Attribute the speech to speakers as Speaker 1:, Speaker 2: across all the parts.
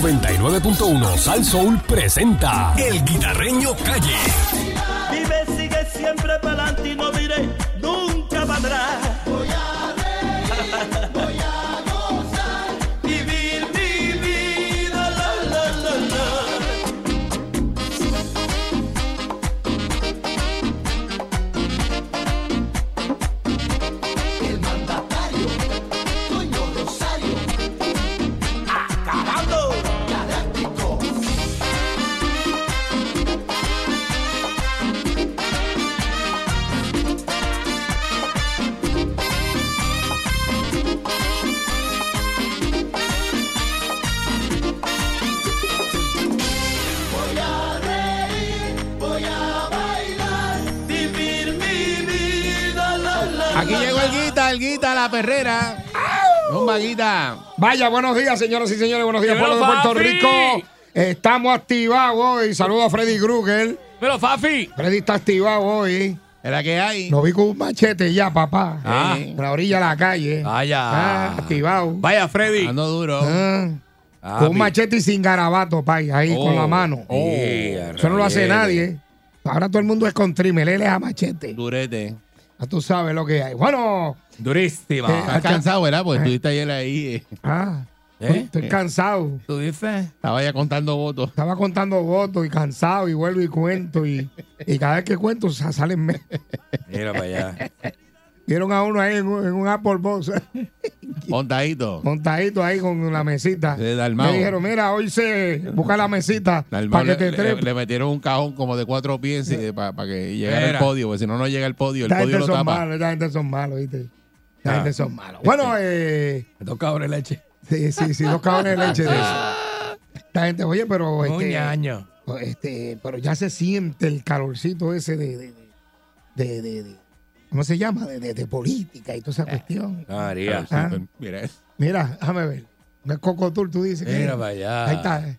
Speaker 1: 99.1 Sal Soul presenta El Guitarreño Calle.
Speaker 2: Vive, sigue siempre para adelante y no miré nunca para atrás. Voy a reír, voy a gozar. Vivir mi vida, la, la, la, la. ¡Acabando! Vivir mi vida, la, la,
Speaker 3: Aquí
Speaker 2: la,
Speaker 3: llegó
Speaker 2: la.
Speaker 3: el guita, el guita, la perrera. Zumba, guita.
Speaker 4: Vaya, buenos días, señoras y señores. Buenos días,
Speaker 5: Dímelo,
Speaker 4: pueblo de Puerto
Speaker 5: papi.
Speaker 4: Rico. Estamos activados hoy. Saludo a Freddy Krueger.
Speaker 5: Pero Fafi,
Speaker 4: Freddy está activado hoy.
Speaker 3: ¿Es la que hay?
Speaker 4: Lo vi con un machete ya, papá.
Speaker 5: Ah.
Speaker 4: Eh, En la orilla de la calle.
Speaker 5: Vaya.
Speaker 4: Ah, activado.
Speaker 5: vaya Freddy.
Speaker 3: Ando duro.
Speaker 4: Ah, con un machete y sin garabato, pay. Ahí con la mano.
Speaker 5: Oh,
Speaker 4: Eso no lo hace nadie. Ahora todo el mundo es con trimel. Él es a machete.
Speaker 3: Durete.
Speaker 4: Ya tú sabes lo que hay. Bueno.
Speaker 5: Durísima.
Speaker 4: Eh,
Speaker 3: Estás cansado, ¿verdad? Porque estuviste ayer ahí. eh.
Speaker 4: Ah,
Speaker 5: ¿Eh?
Speaker 4: Estoy cansado.
Speaker 5: ¿Tú
Speaker 4: eh.
Speaker 5: dices?
Speaker 3: Estaba ya contando votos.
Speaker 4: Estaba contando votos y cansado y vuelvo y cuento y, y cada vez que cuento sa- salen me-
Speaker 5: Mira para allá.
Speaker 4: Vieron a uno ahí en un, en un Apple Box
Speaker 3: Montadito.
Speaker 4: montadito ahí con la mesita.
Speaker 3: De Dalmao.
Speaker 4: Me dijeron, mira, hoy se busca la mesita
Speaker 3: Dalmau
Speaker 4: para que te
Speaker 3: le, le-
Speaker 4: trepes.
Speaker 3: le metieron un cajón como de cuatro pies para que llegara al
Speaker 5: Era.
Speaker 3: podio, porque si no, no llega al podio. El
Speaker 4: Esta
Speaker 3: podio
Speaker 4: gente
Speaker 3: lo
Speaker 4: son
Speaker 3: tapa.
Speaker 4: malos, esta gente son malos, ¿viste? Esta
Speaker 3: Ah.
Speaker 4: gente son malos. Bueno, eh,
Speaker 5: Dos cabros de leche.
Speaker 4: sí, sí, sí, dos cabrones de leche de eso. Esta gente, oye, pero
Speaker 5: Un
Speaker 4: este,
Speaker 5: ñaño.
Speaker 4: este, pero ya se siente el calorcito ese de, de, de- de- de- de- ¿cómo se llama? De, de- de política y toda
Speaker 5: Ah.
Speaker 4: esa cuestión.
Speaker 5: María.
Speaker 4: Ah.
Speaker 3: Mira eso.
Speaker 4: Mira, déjame ver. No es Cocotul, tú dices. que
Speaker 5: Mira
Speaker 4: es.
Speaker 5: para allá.
Speaker 4: Ahí está. eh.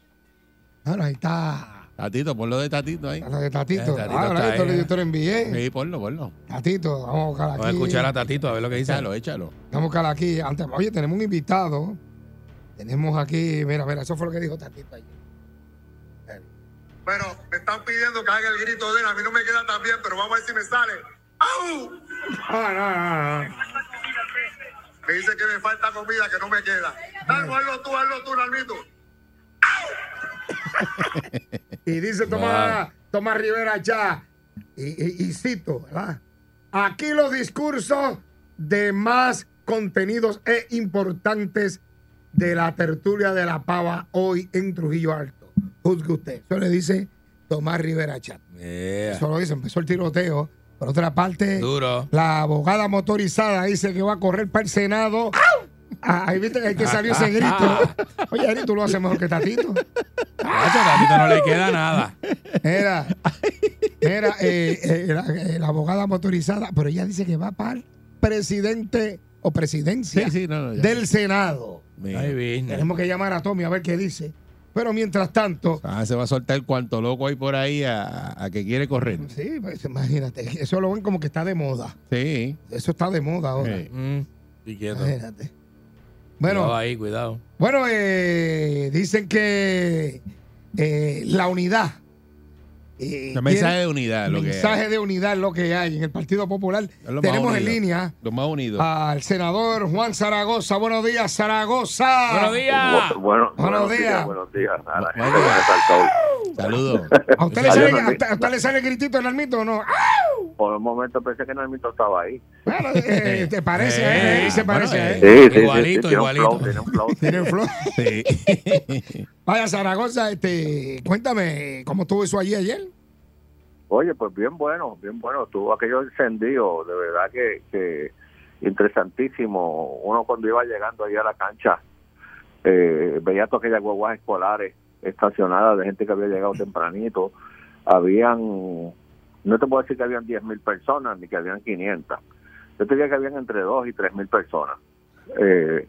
Speaker 4: Bueno, ahí está.
Speaker 3: Tatito, ponlo de Tatito ahí.
Speaker 4: A lo de Tatito.
Speaker 5: Ya, Tatito
Speaker 4: Ah, ahora
Speaker 5: está
Speaker 4: yo te lo-
Speaker 5: ahí,
Speaker 4: yo te lo envié.
Speaker 3: Sí, ponlo, ponlo.
Speaker 4: Tatito, vamos a buscar aquí.
Speaker 5: Vamos a escuchar a Tatito a ver lo que dice.
Speaker 3: Échalo, échalo.
Speaker 4: Vamos a buscar aquí. Antes, oye, tenemos un invitado. Tenemos aquí, mira, mira, eso fue lo que dijo Tatito ayer.
Speaker 6: Bueno, me están pidiendo que haga el grito de él. A mí no me queda tan bien, pero vamos a ver si me sale. ¡Au! Me dice que me falta comida, que no me queda.
Speaker 7: Ah,
Speaker 6: Dale, hazlo tú, hazlo tú, Nalmito.
Speaker 4: Y dice Tomás, Tomás Rivera ya, y, y- y cito, ¿verdad? Aquí los discursos de más contenidos e importantes de la tertulia de la pava hoy en Trujillo Alto. Juzgue usted. Eso le dice Tomás Rivera Chat.
Speaker 5: Yeah.
Speaker 4: Eso lo dice, empezó el tiroteo. Por otra parte,
Speaker 5: Duro.
Speaker 4: la abogada motorizada dice que va a correr para el Senado. Ah, ahí viste ahí que salió ese grito. Oye, Ari, tú lo haces mejor que Tatito.
Speaker 5: Tacho, a Tatito no le queda nada.
Speaker 4: Era, era eh, eh, la, eh, la abogada motorizada, pero ella dice que va para el presidente o presidencia
Speaker 3: Sí, Mm. sí, no, no, ya.
Speaker 4: del Senado.
Speaker 3: Mira.
Speaker 5: Ay, business.
Speaker 4: Tenemos que llamar a Tommy a ver qué dice. Pero mientras tanto,
Speaker 3: Ah, se va a soltar cuanto loco hay por ahí a, a que quiere correr.
Speaker 4: sí, pues, imagínate, eso lo ven como que está de moda.
Speaker 3: Sí.
Speaker 4: Eso está de moda ahora.
Speaker 3: Sí.
Speaker 5: Mm, y quieto.
Speaker 4: Imagínate.
Speaker 5: Cuidado
Speaker 4: Bueno,
Speaker 5: ahí, cuidado.
Speaker 4: bueno eh, dicen que eh, la unidad. eh,
Speaker 3: El
Speaker 4: quiere-
Speaker 3: mensaje de unidad, lo
Speaker 4: mensaje
Speaker 3: que
Speaker 4: de unidad es lo que hay en el Partido Popular.
Speaker 3: Es lo más
Speaker 4: Tenemos en
Speaker 3: unido.
Speaker 4: línea
Speaker 3: los más unidos.
Speaker 4: al senador Juan Zaragoza. Buenos días, Zaragoza.
Speaker 5: Buenos días.
Speaker 6: Bueno,
Speaker 4: Buenos días.
Speaker 6: Buenos días. A la gente
Speaker 3: Buenos
Speaker 6: que
Speaker 3: días.
Speaker 6: está al sol.
Speaker 3: Saludos.
Speaker 4: ¿A usted, le
Speaker 6: Adiós,
Speaker 4: sale,
Speaker 6: Nalmito.
Speaker 4: a- a usted le sale el gritito en el mito o no? Ah,
Speaker 6: Por un momento pensé que Nalmito estaba ahí.
Speaker 4: Bueno, eh, te parece, eh, eh, se parece,
Speaker 3: Bueno,
Speaker 4: eh.
Speaker 6: Sí, sí,
Speaker 5: Igualito,
Speaker 6: sí, sí, tiene un
Speaker 5: igualito.
Speaker 6: flow, tiene un flow.
Speaker 4: Tiene flow.
Speaker 3: Sí.
Speaker 4: Vaya, Zaragoza, este, cuéntame, ¿cómo estuvo eso allí ayer?
Speaker 6: Oye, pues bien bueno, bien bueno. Tuvo aquello encendido, de verdad que, que interesantísimo. Uno cuando iba llegando ahí a la cancha, eh, veía todas aquellas guaguas escolares estacionadas de gente que había llegado tempranito. Habían, no te puedo decir que habían 10.000 personas ni que habían 500. Yo te diría que habían entre 2 y 3.000 personas. Eh,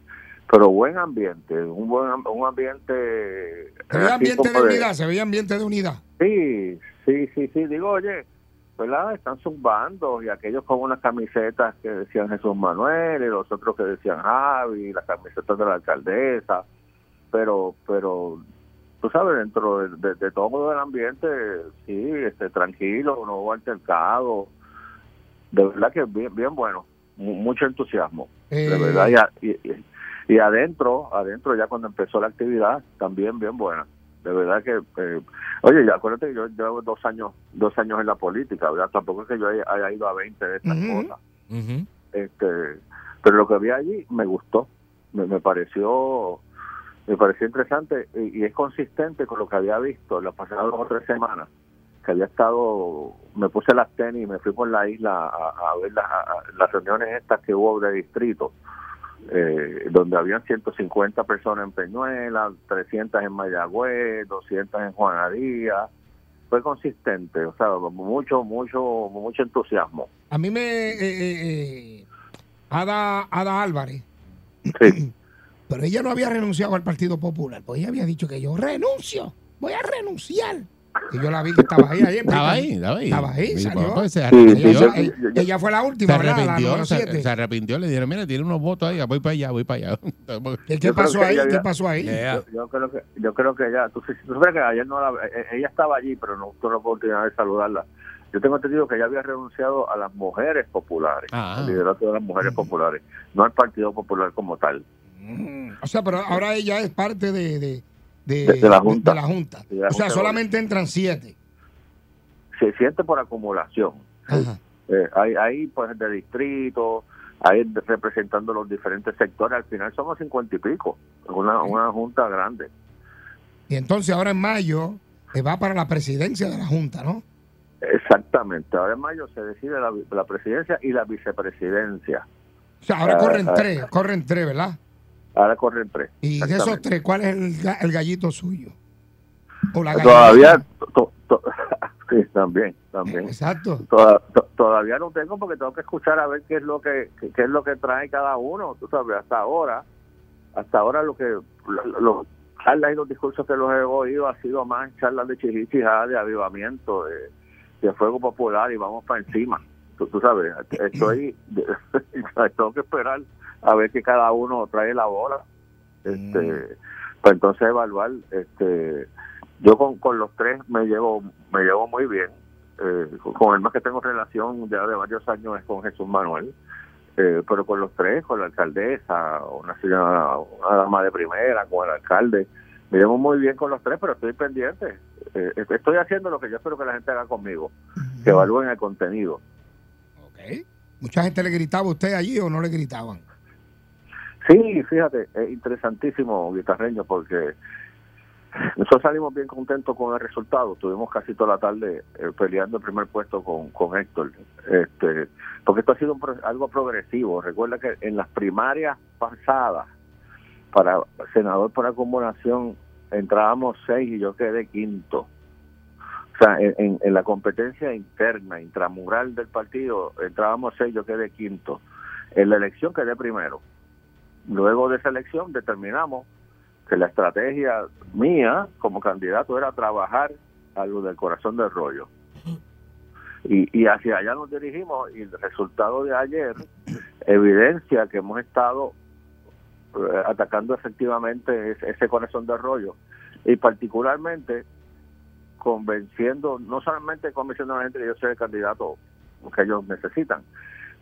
Speaker 6: pero buen ambiente, un buen am- un ambiente...
Speaker 4: Se veía
Speaker 6: así
Speaker 4: ambiente Ah, de
Speaker 6: como de-
Speaker 4: unidad, se veía ambiente de unidad.
Speaker 6: Sí, sí, sí, sí. Digo, oye, ¿verdad? Están sus bandos y aquellos con unas camisetas que decían Jesús Manuel y los otros que decían Javi, las camisetas de la alcaldesa. Pero, pero tú sabes, dentro de, de- de todo el ambiente, sí, este, tranquilo, no hubo altercado. De verdad que bien, bien bueno, mu- mucho entusiasmo. De
Speaker 4: Eh.
Speaker 6: verdad, y, a- y- y- y adentro, adentro ya cuando empezó la actividad, también bien buena. De verdad que, eh, oye, ya acuérdate que yo llevo dos años, dos años en la política, ¿verdad? Tampoco es que yo haya, haya ido a 20 de estas
Speaker 4: Ujú.
Speaker 6: cosas este pero lo que vi allí me gustó me, me pareció me pareció interesante y, y es consistente con lo que había visto las pasadas dos o tres semanas que había estado me puse las tenis y me fui por la isla a, a ver las, a- las reuniones estas que hubo de distrito eh, donde habían 150 personas en Peñuela, 300 en Mayagüez, 200 en Juanadía, fue consistente, o sea, mucho, mucho, mucho entusiasmo.
Speaker 4: A mí me... eh, eh, eh, Ada, Ada Álvarez,
Speaker 6: Sí.
Speaker 4: pero ella no había renunciado al Partido Popular, pues ella había dicho que yo renuncio, voy a renunciar. Y yo la vi que estaba ahí ayer.
Speaker 3: Estaba ahí, estaba ahí.
Speaker 4: Estaba ahí,
Speaker 3: Sí,
Speaker 4: salió.
Speaker 3: pues, se
Speaker 6: Sí,
Speaker 4: Ella,
Speaker 3: arrepintió.
Speaker 6: yo- yo-
Speaker 4: ella- ella fue la
Speaker 3: se
Speaker 4: última, ¿verdad? La
Speaker 3: arrepintió,
Speaker 4: número
Speaker 3: se,
Speaker 4: 7.
Speaker 3: se arrepintió, le dijeron, mira, tiene unos votos ahí, voy para allá, voy para allá.
Speaker 4: ¿Qué,
Speaker 6: creo
Speaker 4: pasó
Speaker 6: que
Speaker 4: ahí?
Speaker 6: ella
Speaker 4: ¿Qué
Speaker 6: había- eh,
Speaker 4: pasó ahí?
Speaker 5: Yeah.
Speaker 6: Yo, yo creo que yo creo que ella, tú, sí- tú sabes que ayer no la- eh, ella estaba allí, pero no tuve la oportunidad de saludarla. Yo tengo entendido que ella había renunciado a las mujeres populares,
Speaker 3: Ah.
Speaker 6: al liderato de las mujeres populares, no al Partido Popular como tal.
Speaker 4: O sea, pero ahora ella es parte de, de,
Speaker 6: De- de la Junta.
Speaker 4: de la Junta.
Speaker 6: De la
Speaker 4: o sea,
Speaker 6: Junta de
Speaker 4: solamente entran siete.
Speaker 6: Se siente por acumulación.
Speaker 4: Ajá.
Speaker 6: Eh, hay, hay, pues de distrito, hay de- representando los diferentes sectores. Al final somos cincuenta y pico, una, una junta grande.
Speaker 4: Y entonces ahora en mayo eh, va para la presidencia de la Junta, ¿no?
Speaker 6: Exactamente. Ahora en mayo se decide la, vi- la presidencia y la vicepresidencia.
Speaker 4: O sea, ahora
Speaker 6: Ah,
Speaker 4: corren
Speaker 6: ah.
Speaker 4: tres, corren tres, ¿verdad?
Speaker 6: Ahora corren tres.
Speaker 4: Y de esos
Speaker 6: Exactamente.
Speaker 4: tres, ¿cuál es el, ga- el gallito suyo? O la gallina.
Speaker 6: Todavía, to- to- sí, también, también.
Speaker 4: Exacto.
Speaker 6: Toda- to- todavía no tengo porque tengo que escuchar a ver qué es lo que qué, qué es lo que trae cada uno, tú sabes, hasta ahora, hasta ahora lo que lo- los charlas y los discursos que los he oído ha sido más charlas de chichichijá, de avivamiento, de, de fuego popular y vamos para encima. Tú, tú sabes, estoy tengo que esperar a ver que cada uno trae la bola. Este, para entonces evaluar este yo con, con los tres me llevo me llevo muy bien eh, con- con el más que tengo relación ya de varios años es con Jesús Manuel eh, pero con los tres con la alcaldesa una señora una dama de primera con el alcalde me llevo muy bien con los tres pero estoy pendiente Eh, estoy haciendo lo que yo espero que la gente haga conmigo que evalúen el contenido
Speaker 4: Ok. Mucha gente le gritaba a usted allí o no le gritaban.
Speaker 6: Sí, fíjate, es interesantísimo, guitarreño, porque nosotros salimos bien contentos con el resultado. Estuvimos casi toda la tarde eh, peleando el primer puesto con, con Héctor. Este, porque esto ha sido un pro- algo progresivo. Recuerda que en las primarias pasadas, para senador por acumulación, entrábamos seis y yo quedé quinto. O sea, en, en- en la competencia interna, intramural del partido, entrábamos seis, yo quedé quinto. En la elección quedé primero luego de esa elección determinamos que la estrategia mía como candidato era trabajar a lo del corazón del rollo. Y, y hacia allá nos dirigimos y el resultado de ayer evidencia que hemos estado eh, atacando efectivamente es- ese corazón del rollo y particularmente convenciendo, no solamente convenciendo a la gente que yo soy el candidato que ellos necesitan,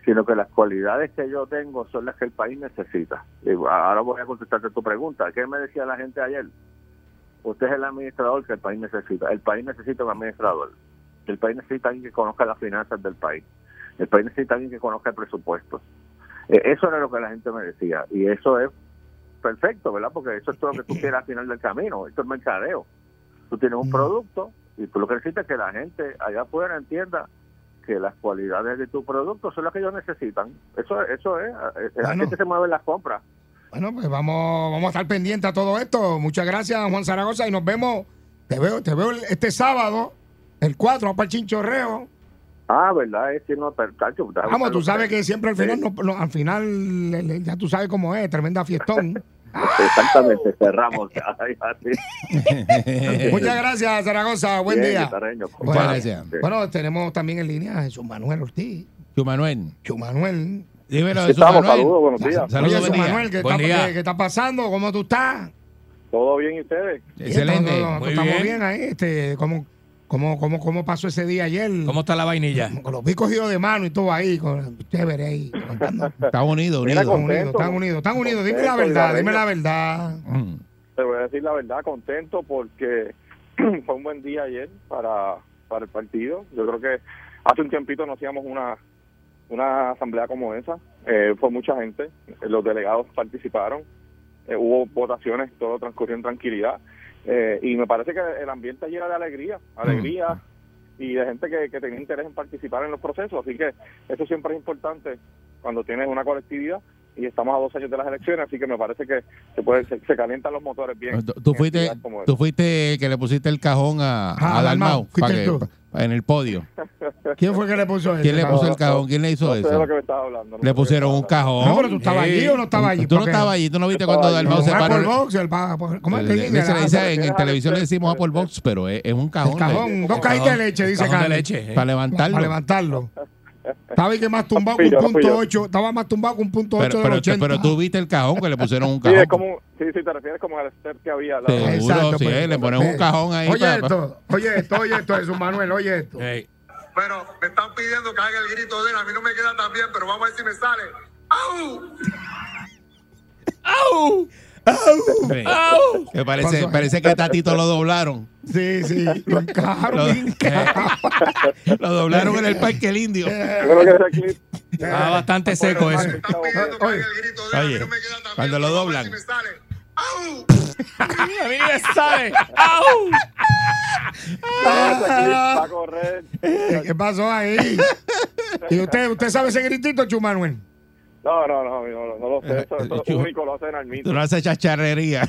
Speaker 6: sino que las cualidades que yo tengo son las que el país necesita. Y ahora voy a contestarte tu pregunta. ¿Qué me decía la gente ayer? Usted es el administrador que el país necesita. El país necesita un administrador. El país necesita alguien que conozca las finanzas del país. El país necesita alguien que conozca el presupuesto. Eh, Eso era lo que la gente me decía. Y eso es perfecto, ¿verdad? Porque eso es todo lo que tú quieras al final del camino. Esto es mercadeo. Tú tienes
Speaker 4: Mm.
Speaker 6: un producto y tú lo que necesitas es que la gente allá afuera entienda que las cualidades de tu producto son las que ellos necesitan. Eso, eso es, eh, la
Speaker 4: Bueno.
Speaker 6: gente se mueve en las compras.
Speaker 4: Bueno, pues vamos, vamos a estar pendientes a todo esto. Muchas gracias, Juan Zaragoza, y nos vemos. Te veo, te veo el- este sábado, el 4, vamos para el Chinchorreo.
Speaker 6: Ah, ¿verdad? Es que no, pero, tacho, da-
Speaker 4: Vamos, tú
Speaker 6: da-
Speaker 4: sabes que siempre al final,
Speaker 6: Sí.
Speaker 4: no- no, al final le- le- ya tú sabes cómo es, tremenda fiestón.
Speaker 6: Exactamente, cerramos. Ay, así.
Speaker 4: Muchas gracias, Zaragoza, buen
Speaker 6: Bien,
Speaker 4: día.
Speaker 6: guitarreño.
Speaker 4: Bueno,
Speaker 3: gracias.
Speaker 6: Sí.
Speaker 4: Bueno, tenemos también en línea a Jesús Manuel Ortiz.
Speaker 3: Chu Manuel,
Speaker 4: Jesús Manuel.
Speaker 3: dímelo,
Speaker 6: Estamos,
Speaker 3: Manuel.
Speaker 6: saludos, buenos días.
Speaker 3: Saludos,
Speaker 4: Oye,
Speaker 3: buen
Speaker 4: Jesús
Speaker 3: día.
Speaker 4: Manuel, ¿qué
Speaker 3: Buen
Speaker 4: está,
Speaker 3: día.
Speaker 4: qué- qué está pasando? ¿Cómo tú estás?
Speaker 6: ¿Todo bien y ustedes?
Speaker 3: Excelente.
Speaker 4: Estamos,
Speaker 5: Muy
Speaker 4: estamos bien.
Speaker 5: bien.
Speaker 4: ahí. Este, ¿cómo, cómo, cómo, ¿Cómo pasó ese día ayer?
Speaker 5: ¿Cómo está la vainilla?
Speaker 4: Con los picos cogidos de mano y todo ahí. Con, chévere ahí. contando.
Speaker 3: Está unido, unido.
Speaker 6: Mira,
Speaker 4: Están unidos, están unidos, están unidos. Dime la
Speaker 6: Contento,
Speaker 4: verdad,
Speaker 6: Isabel.
Speaker 4: dime la verdad.
Speaker 3: Mm.
Speaker 6: Te voy a decir la verdad, contento porque fue un buen día ayer para, para el partido. Yo creo que hace un tiempito no hacíamos una, una asamblea como esa. Eh, fue mucha gente, eh, los delegados participaron, eh, hubo votaciones, todo transcurrió en tranquilidad. Eh, y me parece que el ambiente ayer era de alegría, alegría y de gente que, que tenía interés en participar en los procesos. Así que eso siempre es importante cuando tienes una colectividad y estamos a dos años de las elecciones, así que me parece que se, puede, se, se calientan los motores bien.
Speaker 3: Tú, tú
Speaker 6: en
Speaker 3: fuiste,
Speaker 6: ciudades como
Speaker 3: tú fuiste el que le pusiste el cajón a,
Speaker 4: Ah,
Speaker 3: a Dalmau
Speaker 4: Dalmau, fuiste
Speaker 3: para que-
Speaker 4: tú.
Speaker 3: pa- en el podio.
Speaker 4: ¿Quién fue que le puso eso? Ah,
Speaker 3: ¿Quién le puso el cajón? ¿Quién le
Speaker 6: esta.
Speaker 3: hizo
Speaker 6: No sé de
Speaker 3: eso?
Speaker 6: lo que me estás hablando. no sé de
Speaker 3: Le
Speaker 6: lo que
Speaker 3: pusieron
Speaker 6: me
Speaker 3: un
Speaker 6: estás hablando.
Speaker 3: cajón.
Speaker 4: No, pero tú estabas
Speaker 3: Sí.
Speaker 4: allí o no estabas allí.
Speaker 3: Tú no
Speaker 4: porque-
Speaker 3: estabas allí, tú no viste cuando
Speaker 6: Estaba allí.
Speaker 3: Dalmau
Speaker 4: Un
Speaker 3: se paró.
Speaker 4: Apple Box, el pa- ¿Cómo es que
Speaker 3: Le- le-
Speaker 4: dice?
Speaker 3: le- le-
Speaker 4: Ah,
Speaker 3: dice- en
Speaker 6: Déjalo,
Speaker 3: televisión le
Speaker 6: sí,
Speaker 3: decimos
Speaker 6: sí,
Speaker 3: Apple
Speaker 6: sí.
Speaker 3: Box, pero es, es un cajón.
Speaker 4: El
Speaker 3: de-
Speaker 4: cajón, dos cajitas de leche, dice
Speaker 5: Cajón de
Speaker 4: Carlos.
Speaker 5: leche. eh.
Speaker 3: para
Speaker 4: Para
Speaker 3: levantarlo.
Speaker 4: levantarlo. Estaba ahí que más tumbado que un
Speaker 6: Pillo,
Speaker 4: punto
Speaker 6: pillo.
Speaker 4: ocho. Estaba más tumbado que un punto ocho
Speaker 3: Pero,
Speaker 4: del
Speaker 3: pero,
Speaker 4: 80.
Speaker 3: pero tú viste el cajón que le pusieron un
Speaker 6: Sí,
Speaker 3: cajón.
Speaker 6: es como, sí, sí, te refieres como al step que había. la-
Speaker 3: Sí. seguro, sí,
Speaker 4: pues.
Speaker 3: le ponen un
Speaker 4: Eh,
Speaker 3: cajón ahí
Speaker 4: Oye
Speaker 3: para-
Speaker 4: esto, oye esto, oye esto, Jesús Manuel, oye esto.
Speaker 5: Ey.
Speaker 7: Pero me están pidiendo que haga el grito de él. A mí no me queda tan bien, pero vamos a ver si me sale. ¡Au!
Speaker 3: Sí. Que parece, parece que a Tatito lo doblaron.
Speaker 4: Sí, sí, lo
Speaker 3: Lo,
Speaker 4: encajaron bien
Speaker 3: eh,
Speaker 4: caro.
Speaker 3: lo doblaron en el Parque El Indio.
Speaker 6: Yo creo que ese clip
Speaker 5: Estaba bastante seco
Speaker 7: Me
Speaker 5: eso.
Speaker 3: pues,
Speaker 7: están pidiendo que
Speaker 4: Oye,
Speaker 7: haga el grito de él. A mí
Speaker 3: oye,
Speaker 7: no me queda tan
Speaker 3: cuando
Speaker 7: bien,
Speaker 3: lo
Speaker 7: pero vamos a ver
Speaker 3: doblan.
Speaker 7: si me sale. ¡Au!
Speaker 5: A mí ni me sale. ¡Au!
Speaker 6: va a correr.
Speaker 4: Eh, ¿Qué pasó ahí? ¿Y usted, usted sabe ese gritito, Jesús Manuel?
Speaker 6: No, no, no, no, no, no lo sé. Eso, eso único lo hacen al
Speaker 3: Tú
Speaker 6: mito.
Speaker 3: no haces chacharrería.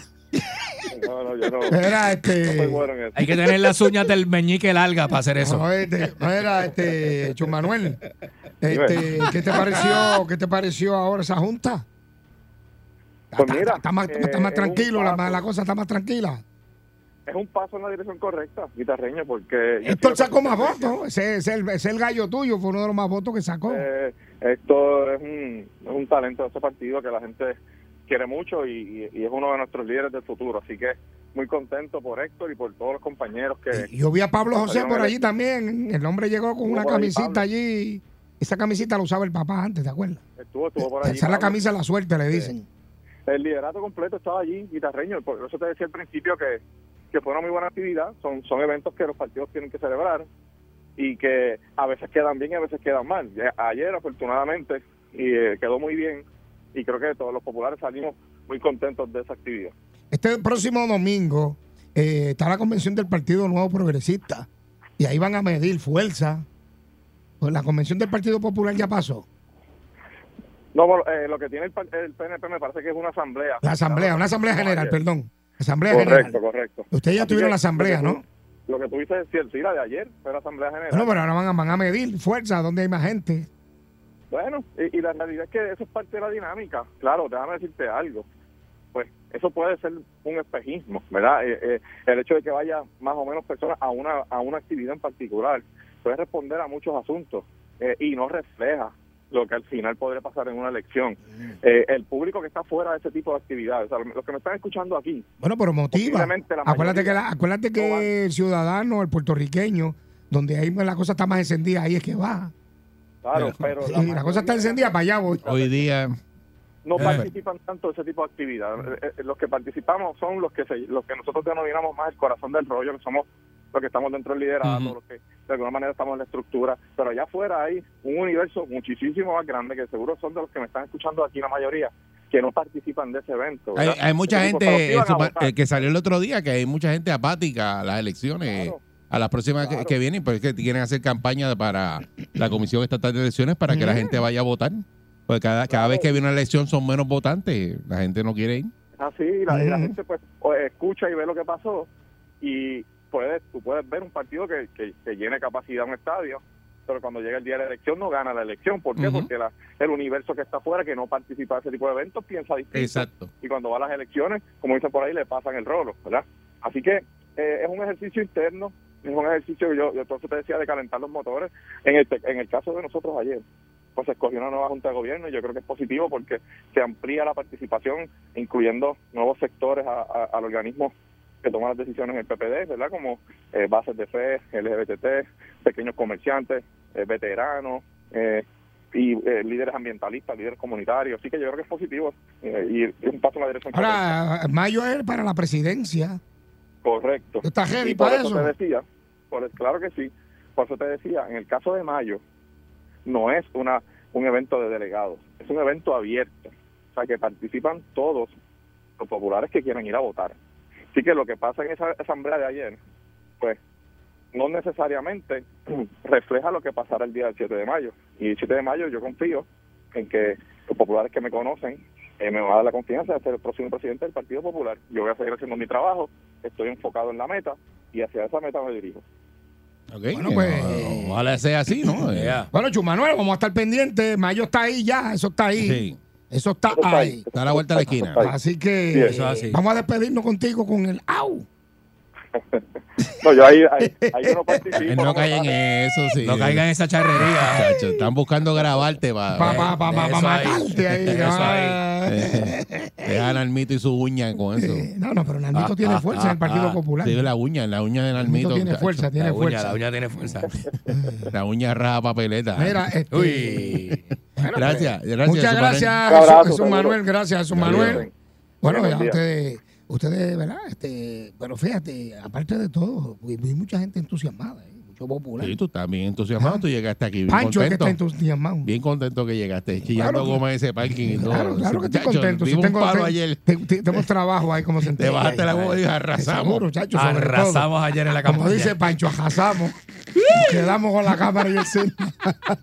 Speaker 6: No, no, yo no.
Speaker 4: Era
Speaker 6: no soy
Speaker 4: este.
Speaker 6: bueno en eso.
Speaker 5: Hay que tener las uñas del meñique larga para hacer eso.
Speaker 4: No, este, no era este Chumanuel. Este, ¿qué te pareció? ¿Qué te pareció ahora esa junta?
Speaker 6: Pues
Speaker 4: Está-
Speaker 6: mira,
Speaker 4: está más,
Speaker 6: eh,
Speaker 4: está más
Speaker 6: es un
Speaker 4: tranquilo, la,
Speaker 6: paso.
Speaker 4: la cosa está más tranquila.
Speaker 6: Es un paso en la dirección correcta, guitarreño, porque... yo
Speaker 4: Héctor
Speaker 6: estoy-
Speaker 4: sacó más votos. Ese es el, ese es el gallo tuyo, fue uno de los más votos que sacó.
Speaker 6: Eh, Héctor es un, es un talento de ese partido que la gente quiere mucho y, y- y es uno de nuestros líderes del futuro. Así que muy contento por Héctor y por todos los compañeros que...
Speaker 4: Y Yo vi a Pablo José
Speaker 6: Salieron
Speaker 4: por
Speaker 6: ele-
Speaker 4: allí también. El hombre llegó con
Speaker 6: Estuvo
Speaker 4: una
Speaker 6: por ahí,
Speaker 4: camisita
Speaker 6: Pablo.
Speaker 4: allí. Esa camisita la usaba el papá antes, ¿te acuerdas?
Speaker 6: Estuvo, estuvo por allí.
Speaker 4: Esa es la
Speaker 6: Pablo.
Speaker 4: camisa de la suerte, le dicen.
Speaker 6: El liderato completo estaba allí, guitarreño. Por eso te decía al principio que, que fue una muy buena actividad. Son, son eventos que los partidos tienen que celebrar y que a veces quedan bien y a veces quedan mal. Ya- Ayer, afortunadamente, y, eh, quedó muy bien y creo que todos los populares salimos muy contentos de esa actividad.
Speaker 4: Este próximo domingo eh, está la convención del Partido Nuevo Progresista y ahí van a medir fuerza. Pues la convención del Partido Popular ya pasó.
Speaker 6: No, bueno, eh, lo que tiene el, pa- el PNP me parece que es una asamblea.
Speaker 4: La asamblea, una asamblea general, perdón. Asamblea
Speaker 6: Correcto,
Speaker 4: general.
Speaker 6: correcto.
Speaker 4: Ustedes ya
Speaker 6: Así
Speaker 4: tuvieron
Speaker 6: que
Speaker 4: la asamblea,
Speaker 6: lo que
Speaker 4: ¿no?
Speaker 6: tú- Lo que tuviste es cierto, sí, la de ayer fue la asamblea general.
Speaker 4: Bueno, pero ahora van a, van a medir fuerza donde hay más gente.
Speaker 6: Bueno, y, y la realidad es que eso es parte de la dinámica. Claro, déjame decirte algo. Pues eso puede ser un espejismo, ¿verdad? Eh, eh, el hecho de que vaya más o menos personas a una, a una actividad en particular puede responder a muchos asuntos eh, y no refleja lo que al final podría pasar en una elección.
Speaker 4: Mm.
Speaker 6: Eh, el público que está fuera de ese tipo de actividades, o sea, los que me están escuchando aquí,
Speaker 4: Bueno, pero motiva.
Speaker 6: Posiblemente la
Speaker 4: Acuérdate
Speaker 6: mayoría
Speaker 4: que, la- acuérdate
Speaker 6: no van.
Speaker 4: que el ciudadano, el puertorriqueño, donde ahí la cosa está más encendida, ahí es que va.
Speaker 6: claro,
Speaker 3: Pero-
Speaker 6: pero...
Speaker 4: Sí, la cosa está
Speaker 6: mayoría-
Speaker 4: encendida, para allá voy.
Speaker 3: Hoy día.
Speaker 6: no
Speaker 5: Eh.
Speaker 6: participan tanto de ese tipo de actividad. Eh, eh, Los que participamos son los que se- los que nosotros denominamos más el corazón del rollo, que somos los que estamos dentro del liderazgo,
Speaker 5: Ujú.
Speaker 6: los que de alguna manera estamos en la estructura, pero allá afuera hay un universo muchísimo más grande que seguro son de los que me están escuchando aquí la mayoría que no participan de ese evento.
Speaker 3: Hay,
Speaker 6: ¿verdad?
Speaker 3: hay mucha
Speaker 6: Ese tipo, pero sí
Speaker 3: gente
Speaker 6: van
Speaker 3: eh,
Speaker 6: a
Speaker 3: su-
Speaker 6: votar.
Speaker 3: eh, que salió el otro día, que hay mucha gente apática a las elecciones,
Speaker 6: Claro.
Speaker 3: a las próximas que-
Speaker 6: Claro.
Speaker 3: que, vienen, pero es que quieren hacer campaña para la Comisión Estatal de Elecciones para que la gente vaya a votar. Porque cada, cada vez que viene una elección son menos votantes, la gente no quiere ir.
Speaker 6: así y la, y la
Speaker 4: Ujú.
Speaker 6: gente pues o- escucha y ve lo que pasó y puedes tú puedes ver un partido que, que, que llene capacidad un estadio pero cuando llega el día de la elección no gana la elección ¿por qué?
Speaker 3: Ujú.
Speaker 6: porque la- el universo que está afuera que no participa de ese tipo de eventos piensa distinto
Speaker 3: Exacto.
Speaker 6: y cuando va a las elecciones como dicen por ahí le pasan el rolo ¿verdad? así que eh, es un ejercicio interno este, es un ejercicio que yo, yo entonces te decía de calentar los motores en el, te- en el caso de nosotros ayer pues se escogió una nueva Junta de Gobierno y yo creo que es positivo porque se amplía la participación, incluyendo nuevos sectores a- a- al organismo que toma las decisiones en el PPD, ¿verdad? Como eh, bases de fe, LGBT, pequeños comerciantes, eh, veteranos, eh, y eh, líderes ambientalistas, líderes comunitarios. Así que yo creo que es positivo eh, y es un paso en la dirección correcta.
Speaker 4: Ahora, mayo es para la presidencia.
Speaker 6: Correcto.
Speaker 4: ¿Está heavy
Speaker 6: Y por
Speaker 4: para
Speaker 6: eso,
Speaker 4: eso?
Speaker 6: te decía, por, claro que sí, por eso te decía, en el caso de mayo, no es una un evento de delegados, es un evento abierto, o sea que participan todos los populares que quieran ir a votar. Así que lo que pasa en esa asamblea de ayer, pues no necesariamente refleja lo que pasará el día del 7 de mayo. Y el 7 de mayo yo confío en que los populares que me conocen eh, me van a dar la confianza de ser el próximo presidente del Partido Popular. Yo voy a seguir haciendo mi trabajo, estoy enfocado en la meta y hacia esa meta me dirijo.
Speaker 3: Ok,
Speaker 4: Bueno,
Speaker 3: eh,
Speaker 4: pues-
Speaker 3: o- Ojalá sea así, ¿no? Eh,
Speaker 4: Bueno, Chumanuel, vamos a estar pendientes. Mayo está ahí ya, eso está ahí.
Speaker 3: Sí.
Speaker 4: Eso está
Speaker 6: Eso está ahí.
Speaker 4: ahí.
Speaker 3: Da la vuelta a la esquina.
Speaker 6: Está ahí.
Speaker 4: Así que
Speaker 6: Sí, eso
Speaker 5: es así.
Speaker 4: vamos a despedirnos contigo con el au.
Speaker 6: No, yo ahí, ahí, ahí yo no participo.
Speaker 3: Él Eh, No caigan en eso, sí.
Speaker 5: No caigan en esa charrería.
Speaker 3: Chacho, están buscando grabarte para.
Speaker 4: Para pa, pa, pa,
Speaker 5: eso
Speaker 4: pa
Speaker 5: ahí.
Speaker 4: matarte ahí.
Speaker 5: Eso
Speaker 4: Ah.
Speaker 3: Dejan eh, al mito y su uña con eso.
Speaker 4: Eh, No, no, pero Nandito
Speaker 3: Ah,
Speaker 4: tiene
Speaker 3: ah,
Speaker 4: fuerza
Speaker 3: ah,
Speaker 4: en el Partido
Speaker 3: ah.
Speaker 4: Popular.
Speaker 3: Sí, la uña, la uña de
Speaker 4: Nandito
Speaker 3: Nalmito.
Speaker 4: tiene
Speaker 3: muchacho.
Speaker 4: fuerza, tiene
Speaker 5: La uña,
Speaker 4: fuerza.
Speaker 5: la uña tiene fuerza.
Speaker 3: La uña raja papeleta.
Speaker 4: Mira, este,
Speaker 5: Uy.
Speaker 4: bueno,
Speaker 3: Gracias,
Speaker 4: pues,
Speaker 3: gracias,
Speaker 4: Muchas
Speaker 3: Jesús
Speaker 4: gracias,
Speaker 6: Manuel. Un abrazo,
Speaker 4: Jesús
Speaker 6: seguro.
Speaker 4: Manuel. Gracias, Jesús
Speaker 3: Ya
Speaker 4: Manuel.
Speaker 6: vienen.
Speaker 4: Bueno,
Speaker 6: Buen
Speaker 4: ya
Speaker 6: día.
Speaker 4: ustedes, ustedes, ¿verdad? Este, pero fíjate, aparte de todo, vi vi mucha gente entusiasmada, ¿eh? mucho popular.
Speaker 3: Sí, tú estás bien entusiasmado, tú llegaste aquí bien
Speaker 4: Pancho es que
Speaker 3: contento.
Speaker 4: está entusiasmado.
Speaker 3: Bien contento que llegaste, chillando
Speaker 4: Claro que-
Speaker 3: goma en ese parking. y todo.
Speaker 4: Claro, claro que estoy
Speaker 3: Chacho,
Speaker 4: contento. Si
Speaker 3: dimos
Speaker 4: tengo,
Speaker 3: un palo
Speaker 4: te-
Speaker 3: ayer.
Speaker 4: te- te- tengo trabajo ahí como se
Speaker 3: Te bajaste la goma y arrasamos.
Speaker 4: Seguro, chacho, sobre todo.
Speaker 5: Arrasamos ayer en la campaña.
Speaker 4: Como dice Pancho, arrasamos. Nos quedamos con la cámara y el cine.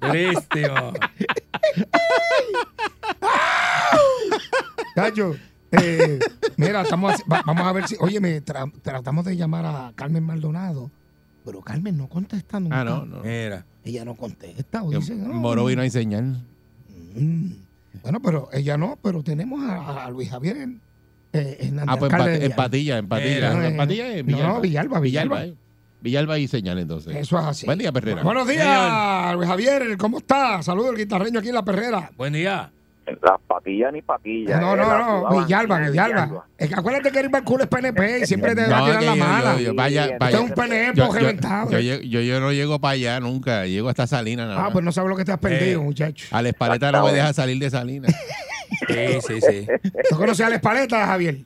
Speaker 5: Durísimo.
Speaker 4: Chacho, eh, mira, estamos, así- va- vamos a ver si. Oye, me tra- tratamos de llamar a Carmen Maldonado, pero Carmen no contesta nunca.
Speaker 3: Ah, no, no.
Speaker 5: Mira.
Speaker 4: Ella no contesta. O
Speaker 3: Que
Speaker 4: dice, Eh, no,
Speaker 3: Morovi no hay señal.
Speaker 4: Mm. Bueno, pero ella no, pero tenemos a, a Luis Javier en, eh, Hernández.
Speaker 3: Ah, pues
Speaker 4: alcalde de
Speaker 3: empat- empatilla,
Speaker 4: Villalba.
Speaker 3: empatilla.
Speaker 5: Era,
Speaker 3: No,
Speaker 4: eh,
Speaker 3: empatilla es
Speaker 4: no,
Speaker 3: Villalba.
Speaker 4: no, Villalba, Villalba.
Speaker 3: eh. Villalba y señal, entonces.
Speaker 4: Eso es así.
Speaker 3: Buen día, Perrera.
Speaker 4: Buenos días, Luis Javier. ¿Cómo está? Saludos al guitarreño aquí en La Perrera.
Speaker 5: Buen día.
Speaker 8: Las patillas ni patillas.
Speaker 4: no,
Speaker 8: eh, la
Speaker 4: no, no,
Speaker 8: sudaban
Speaker 4: Villalba,
Speaker 8: bien,
Speaker 4: Villalba. Es que acuérdate que Heriberto Cool es PNP y siempre te va a tirar
Speaker 3: que
Speaker 4: la
Speaker 3: yo-
Speaker 4: mala.
Speaker 3: yo- yo- vaya,
Speaker 4: Usted
Speaker 3: vaya.
Speaker 4: es un PNP
Speaker 3: Yo, yo-
Speaker 4: reventado.
Speaker 3: yo llego- yo- yo no llego para allá nunca, llego hasta Salinas. nada
Speaker 4: ah,
Speaker 3: más.
Speaker 4: pues no sabes lo que te has perdido,
Speaker 5: Eh.
Speaker 4: muchacho.
Speaker 3: Al espaleta no me deja salir de Salinas.
Speaker 5: Sí, sí, sí.
Speaker 4: ¿Tú conoces a la espaleta, Javier?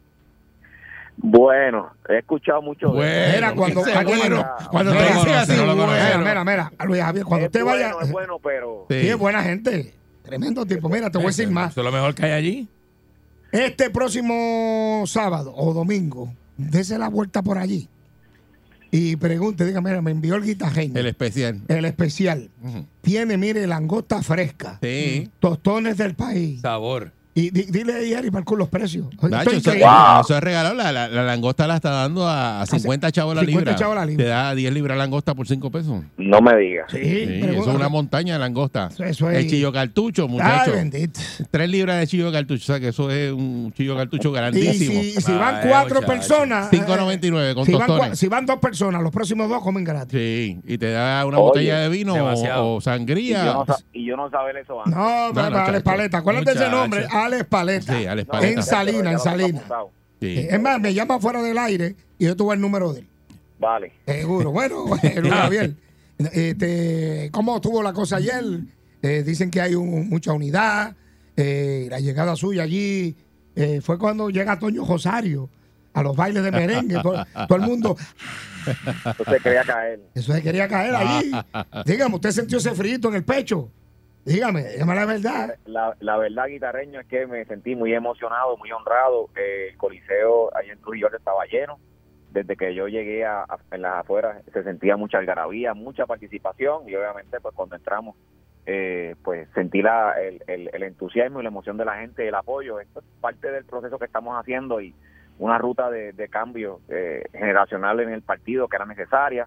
Speaker 8: Bueno, he escuchado mucho de
Speaker 3: Bueno,
Speaker 4: Mira, cuando-
Speaker 3: ese
Speaker 4: aquí-
Speaker 3: bueno, cuando
Speaker 5: No
Speaker 3: te
Speaker 5: lo
Speaker 3: dicen
Speaker 5: conoce,
Speaker 3: así,
Speaker 5: no lo conoce.
Speaker 4: Mira,
Speaker 3: bueno.
Speaker 4: mira, mira, a Luis Javier, cuando
Speaker 8: Es
Speaker 4: usted vaya.
Speaker 8: bueno, es bueno, pero
Speaker 4: Sí, es buena gente. Tremendo tipo. Mira, te voy a decir pues, más.
Speaker 5: Eso es lo mejor que hay allí.
Speaker 4: Este próximo sábado o domingo, dese la vuelta por allí y pregunte, diga, mira, me envió el guitarreño,
Speaker 3: El
Speaker 4: el,
Speaker 3: especial.
Speaker 4: especial.
Speaker 3: Ujú.
Speaker 4: Tiene, mire, langosta fresca,
Speaker 3: Sí.
Speaker 4: tostones del país.
Speaker 5: Sabor.
Speaker 4: Y di- dile ahí, Ari, Marcos, los precios. Oye,
Speaker 3: Nacho,
Speaker 4: estoy
Speaker 3: eso,
Speaker 4: increíble.
Speaker 3: eso es regalado. La, la- la langosta la está dando a 50 chavos la
Speaker 4: 50
Speaker 3: libra.
Speaker 4: chavos la libra.
Speaker 3: Te da 10 libras langosta por 5 pesos.
Speaker 8: no me digas.
Speaker 4: Sí,
Speaker 3: Sí,
Speaker 4: pregunta-
Speaker 3: eso es una montaña de langosta.
Speaker 4: Eso- eso es- Ah,
Speaker 3: El chillo cartucho,
Speaker 4: Ay,
Speaker 3: muchachos.
Speaker 4: bendito.
Speaker 3: 3 libras de chillo cartucho. O sea que eso es un chillo cartucho
Speaker 4: Y
Speaker 3: grandísimo.
Speaker 4: si, si van
Speaker 5: Ay,
Speaker 4: cuatro
Speaker 5: muchacho.
Speaker 4: personas. eh,
Speaker 3: 5.99 con
Speaker 4: si van, cua-
Speaker 3: tostones.
Speaker 4: si van dos personas, los próximos dos comen gratis.
Speaker 3: Sí, y te da una
Speaker 8: Oye,
Speaker 3: botella de vino
Speaker 5: demasiado.
Speaker 3: o, o
Speaker 8: Y yo,
Speaker 3: sangría.
Speaker 8: no, sa- y yo no saber eso antes.
Speaker 4: No,
Speaker 3: No,
Speaker 4: para
Speaker 3: no,
Speaker 4: Alex
Speaker 3: chacho.
Speaker 4: Paleta. Acuérdate ese
Speaker 5: Muchacho.
Speaker 4: nombre, Alex Paleta.
Speaker 3: Sí, Alex
Speaker 8: No,
Speaker 3: Paleta.
Speaker 4: En Salina, en
Speaker 8: ya lo tengo
Speaker 4: Salina.
Speaker 8: apuntado.
Speaker 3: Sí.
Speaker 4: Eh, Es más, me llama fuera del aire y yo tuve el número de él.
Speaker 8: Vale.
Speaker 4: Seguro. Bueno, Luis Javier, este, ¿cómo estuvo la cosa ayer? Eh, dicen que hay un- mucha unidad. eh, la llegada suya allí eh, fue cuando llega Toño Rosario a los bailes de merengue. todo, todo el mundo,
Speaker 8: Entonces quería caer.
Speaker 4: eso se quería caer allí. Dígame, ¿usted sintió ese frito en el pecho? Dígame, dígame la verdad.
Speaker 8: La, la verdad, guitarreño, es que me sentí muy emocionado, muy honrado. Eh, el coliseo ahí en Trujillo Alto estaba lleno. Desde que yo llegué a, a- en las afueras se sentía mucha algarabía, mucha participación y obviamente pues cuando entramos eh, pues sentí la, el, el- el entusiasmo y la emoción de la gente, el apoyo. Esto es parte del proceso que estamos haciendo y una ruta de, de cambio eh, generacional en el partido que era necesaria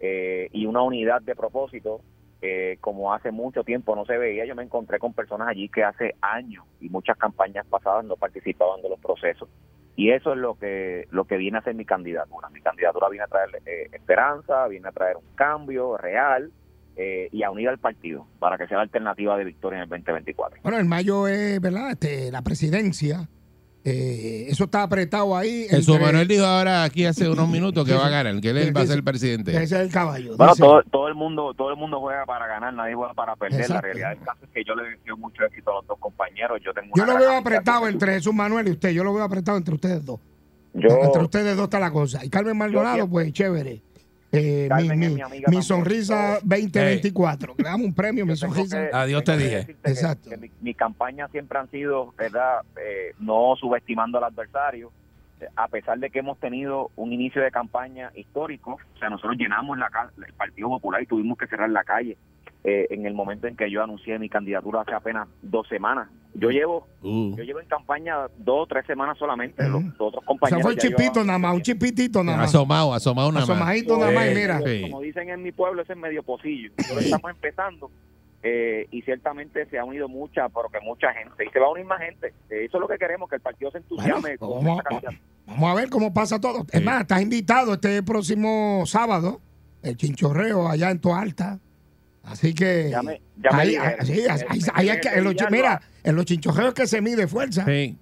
Speaker 8: eh, y una unidad de propósito eh, como hace mucho tiempo no se veía, yo me encontré con personas allí que hace años y muchas campañas pasadas no participaban de los procesos. Y eso es lo que lo que viene a ser mi candidatura. Mi candidatura viene a traer eh, esperanza, viene a traer un cambio real eh, y a unir al partido para que sea la alternativa de victoria en el 2024.
Speaker 4: Bueno, en mayo es, ¿verdad? Este, la presidencia. Eh, eso está apretado ahí.
Speaker 3: Eso
Speaker 4: entre-
Speaker 3: Manuel dijo ahora aquí hace unos minutos que va a ganar, que él va a ser el
Speaker 4: Ese
Speaker 3: presidente.
Speaker 4: es el caballo.
Speaker 8: Bueno,
Speaker 4: dice.
Speaker 8: todo, todo el mundo todo el mundo juega para ganar, nadie juega para perder. La
Speaker 4: Exacto.
Speaker 8: realidad del caso es que yo le deseo mucho éxito a los dos compañeros. Yo, tengo
Speaker 4: Yo
Speaker 8: una
Speaker 4: lo
Speaker 8: gran
Speaker 4: veo
Speaker 8: amistad
Speaker 4: apretado
Speaker 8: con-
Speaker 4: entre Jesús Manuel y usted. Yo lo veo apretado entre ustedes dos. entre
Speaker 8: Yo,
Speaker 4: ustedes dos está la cosa. Y Carmen Maldonado,
Speaker 8: siempre-
Speaker 4: pues chévere. Eh, mi,
Speaker 8: Carmen es
Speaker 4: mi-
Speaker 8: mi amiga
Speaker 4: mi
Speaker 8: también.
Speaker 4: sonrisa 2024. Le damos un premio, mi
Speaker 8: yo tengo
Speaker 4: sonrisa.
Speaker 8: que-
Speaker 5: Adiós te
Speaker 8: tengo que
Speaker 5: dije.
Speaker 8: decirte que-
Speaker 4: Exacto.
Speaker 8: que mi- mis campañas siempre han sido, ¿verdad? Eh, no subestimando al adversario. Eh, A pesar de que hemos tenido un inicio de campaña histórico, o sea, nosotros llenamos la, ca- el Partido Popular y tuvimos que cerrar la calle eh, en el momento en que yo anuncié mi candidatura hace apenas dos semanas. Yo llevo
Speaker 3: Uh.
Speaker 8: yo llevo en campaña dos o tres semanas solamente.
Speaker 4: Ujú.
Speaker 8: Los, los otros
Speaker 4: O sea,
Speaker 8: compañeros.
Speaker 4: fue un
Speaker 8: ya llevaban-
Speaker 4: chipito nada más, un chipitito nada más.
Speaker 3: Asomado, asomado nada más.
Speaker 4: Asomadito nada más, y
Speaker 5: Sí.
Speaker 4: mira.
Speaker 3: Sí.
Speaker 8: Como dicen en mi pueblo, ese es medio pocillo. Nosotros estamos empezando eh, y ciertamente se ha unido mucha, pero que mucha gente. Y se va a unir más gente. Eh, eso es lo que queremos, que el partido se entusiasme.
Speaker 4: Bueno,
Speaker 8: con
Speaker 4: vamos,
Speaker 8: esta candidatura.
Speaker 4: Vamos a ver cómo pasa todo. Es
Speaker 3: Sí.
Speaker 4: más, estás invitado este próximo sábado, el chinchorreo allá en Toa Alta. Así que.
Speaker 8: Ya me- ya me
Speaker 4: ahí,
Speaker 8: dijeron.
Speaker 4: ahí- sí, ahí- ahí- ahí es que- en los chi- mira, en los chinchorreos que se mide fuerza.
Speaker 3: Sí.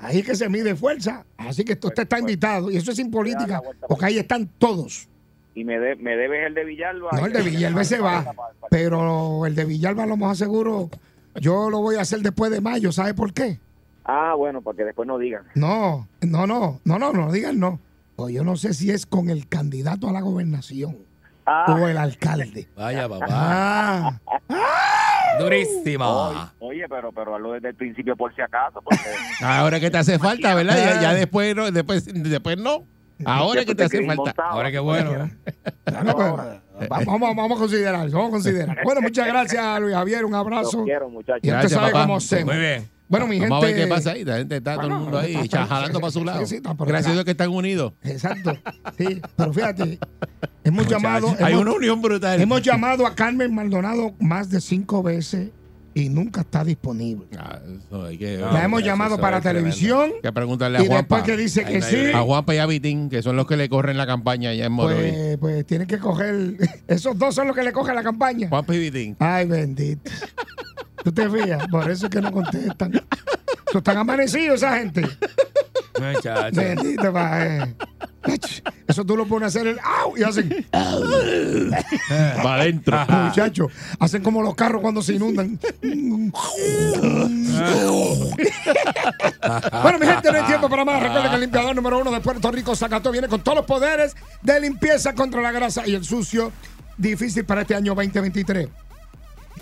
Speaker 4: Ahí es que se mide fuerza. Así que usted
Speaker 8: Pues,
Speaker 4: está
Speaker 8: pues,
Speaker 4: invitado. Y eso es sin
Speaker 8: dar la
Speaker 4: política,
Speaker 8: vuelta
Speaker 4: porque
Speaker 8: por
Speaker 4: ahí están todos.
Speaker 8: Y me, de- me debes el de Villalba.
Speaker 4: No, el de Villalba se va. Pero el de Villalba, lo más seguro, yo lo voy a hacer después de mayo. ¿Sabe por qué?
Speaker 8: Ah, bueno, porque después no digan.
Speaker 4: No, no, no, no, no, no digan no. Pues yo no sé si es con el candidato a la gobernación o
Speaker 8: Ah,
Speaker 4: el alcalde.
Speaker 5: Vaya, papá.
Speaker 4: Ah,
Speaker 5: Durísima.
Speaker 8: oye, pero, pero hazlo desde el principio por si acaso. Porque
Speaker 3: Ahora que te hace falta, ¿verdad? Ya, ya después, no, después, después no. Ahora
Speaker 8: siempre
Speaker 3: que
Speaker 8: te
Speaker 3: te hace
Speaker 8: quedas
Speaker 3: falta.
Speaker 8: montado.
Speaker 5: Ahora que bueno. ¿eh?
Speaker 4: dale, pues, vamos, vamos, vamos a considerar, vamos a considerar. Bueno, muchas gracias, Luis Javier, un
Speaker 8: Los
Speaker 4: abrazo.
Speaker 8: quiero, muchachos.
Speaker 4: Ya usted
Speaker 3: Gracias,
Speaker 4: sabe
Speaker 3: papá.
Speaker 4: cómo hacemos.
Speaker 5: Muy bien.
Speaker 4: Bueno, mi gente.
Speaker 3: Vamos a ver qué pasa ahí. La gente está todo
Speaker 4: Bueno,
Speaker 3: el mundo ahí,
Speaker 4: está-
Speaker 3: chajalando para su lado.
Speaker 4: Sí, sí, está, pero
Speaker 3: Gracias
Speaker 4: está-
Speaker 3: a Dios que están unidos.
Speaker 4: Exacto. Sí, pero fíjate, hemos llamado,
Speaker 3: Hay
Speaker 4: hemos,
Speaker 3: una unión brutal.
Speaker 4: hemos llamado a Carmen Maldonado más de cinco veces y nunca está disponible.
Speaker 3: Ah, eso hay que,
Speaker 4: La hemos
Speaker 5: eso
Speaker 4: llamado
Speaker 5: es
Speaker 4: para
Speaker 5: tremendo.
Speaker 4: televisión
Speaker 3: hay que preguntarle a
Speaker 4: y después
Speaker 3: Juanpa.
Speaker 4: que dice
Speaker 5: Ahí
Speaker 4: que
Speaker 5: no hay
Speaker 4: sí,
Speaker 5: break.
Speaker 3: A Juanpa y a Vitín, que son los que le corren la campaña allá en Morovis.
Speaker 4: pues, pues tiene que coger. Esos dos son los que le cogen la campaña.
Speaker 3: Juanpa y Vitín.
Speaker 4: Ay, bendito. ¿Tú te fías? Por eso es que no contestan. Eso están amanecidos esa gente.
Speaker 5: Muchacho.
Speaker 4: Bendito, pa, eh. Eso tú lo pones a hacer el au y hacen.
Speaker 3: Va adentro.
Speaker 4: Muchachos, hacen como los carros cuando se inundan. bueno, mi gente, no hay tiempo para más. Recuerden que el limpiador número uno de Puerto Rico, Zacató, viene con todos los poderes de limpieza contra la grasa y el sucio. Difícil para este año 2023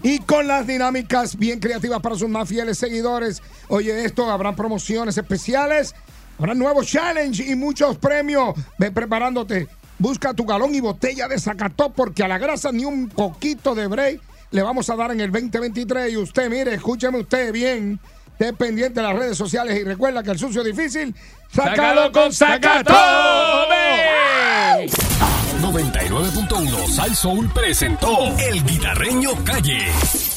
Speaker 4: y con las dinámicas bien creativas para sus más fieles seguidores. Oye, esto, habrán promociones especiales, habrá nuevos challenge y muchos premios. Ve preparándote. Busca tu galón y botella de Zacató porque a la grasa ni un poquito de break le vamos a dar en el 2023. Y usted, mire, escúcheme usted bien. Esté pendiente de las redes sociales y recuerda que el sucio difícil, sácalo con Zacató.
Speaker 5: ¡Ve!
Speaker 1: 99.1 Sal Soul presentó El Guitarreño Calle.